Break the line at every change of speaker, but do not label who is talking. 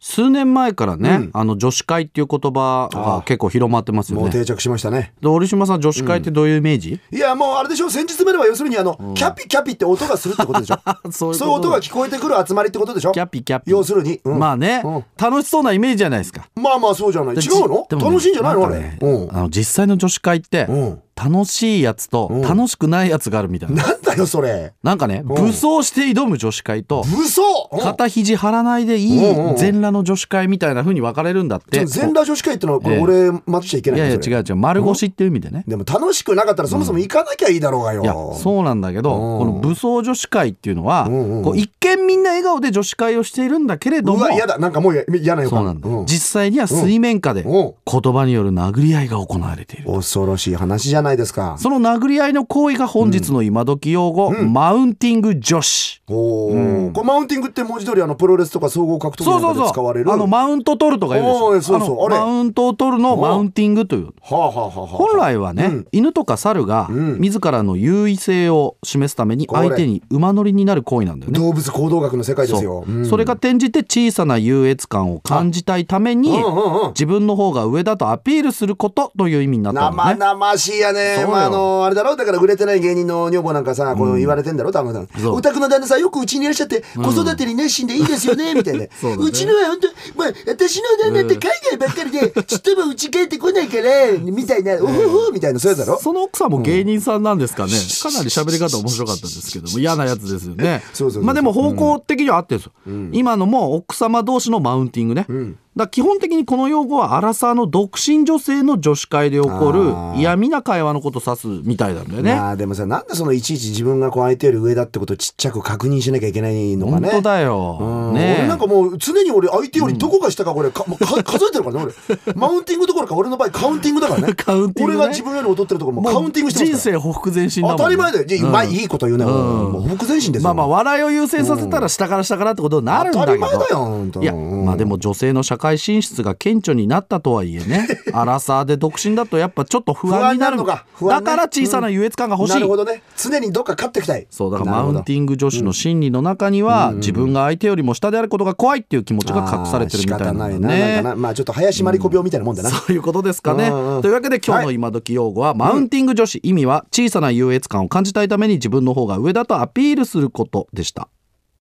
数年前からね、
うん
あの女子会っていう言葉が結構広まってます
も
よ
う
ね
定着しましたね
で折島さん女子会ってどういうイメージ、
いやもうあれでしょ先日までは要するにあの、キャピキャピって音がするってことでしょ
そういうこと
そういう音が聞こえてくる集まりってことでしょ
キャピキャピ
要するに、うん
まあね、
うん
楽しそうなイメージじゃないですか
まあまあそうじゃない違
じ
うの、
でもね
楽しいんじゃないのあれ、
んか
う
ね
ん
あの実際の女子会って、
うん
楽しいやつと楽しくないやつがあるみたいな、
なんだよそれ
なんかね、武装して挑む女子会と
武装うん
肩肘張らないでいい全裸の女子会みたいな風に分かれるんだっ
ちょ
て
っと全裸女子会ってのはこれ
ええ
俺待っちゃいけ
い
ない
やいや
のそれ
違う違う丸腰っていう意味でね、
でも楽しくなかったらそもそも行かなきゃいいだろうがよ、
いやそうなんだけど、
うん
この武装女子会っていうのは、
んうん
こう一見みんな笑顔で女子会をしているんだけれど
う
も
わ嫌だなんかもう嫌な予
そう
感
なんだ、
うん
実際には水面下で
うん
言葉による殴り合いが行われている、
恐ろしい話じゃないですか
その殴り合いの行為が本日の今時用語、マウンティング女子
おお、これマウンティングって文字通りあのプロレスとか総合格闘技
そうそ
なんか
う
で使われる
そうあのマウント取るとか言うでし
おー
ょ
そうそう
あの
あれ
マウントを取るのをマウンティングという
はあはあはあはあ
本来はね、
うん
犬とか猿が
ん
自らの優位性を示すために
これ
相手に馬乗りになる行為なんだよね
動物行動学の世界ですよ
そう
うん
それが転じて小さな優越感を感じたいために
うんうんうん
自分の方が上だとアピールすることという意味になったん
生
だね
々しいや
そう
ね、
よ
まあ、あのあれだろだから売れてない芸人の女房なんかさこの言われてんだろ多分
そう
お宅の旦那さんよくうちにいらっしゃって子育てに熱心でいいですよね、みたいな
そうだね
うちのは本当まあ私の旦那って海外ばっかりでちっともうち帰ってこないからみた いなおほほみたいなそういうやつだろ
その奥さんも芸人さんなんですかね、かなり喋り方面白かったですけども嫌なやつですよね
そうそうそう
まあでも方向的には合ってるんですよ、今のも奥様同士のマウンティングね、だから基本的にこの用語はアラサーの独身女性の女子会で起こ
あ
る
ー
嫌味な会話のことを指すみたいなんだよね、
まあでもさなんでそのいちいち自分がこう相手より上だってことをちっちゃく確認しなきゃいけないのか
本
ね
当だ
う
よ、
ん
ねえ
俺なんかもう常に俺相手よりどこが下かこれか、もう か数えてるからね俺マウンティングどころか俺の場合カウンティングだからね
カウンティングね
俺が自分より劣ってるとこもカウンティングして
人
ますから
生ほふく前進だもん、
当たり前だよ、じゃあ
うん
まあいいこと言うね、
ん
もう北前進です
まあ
よ、
まあ笑いを優先させたら下から下からってことになるんだけど、
当たり前だよ本当
いや
うん
まあでも女性の社会進出が顕著になったとはいえねアラサーで独身だとやっぱちょっと不安になる
不安になるのか不安ね
だから小さな優越感が欲し、
ないるほどね常にどっか勝っていきたい
そうだからマウンテ
ィン
ィング女子の心理の中には、自分が相手よりも下であることが怖いっていう気持ちが隠されてるみたいなんだ
仕
よ
方ないななんか
ね。
なまあちょっと林真理子病みたいなもんだ な、
そういうことですかね。
うんうん
というわけで今日の今時用語は、マウンティング女子意味は小さな優越感を感じたいために自分の方が上だとアピールすることでした。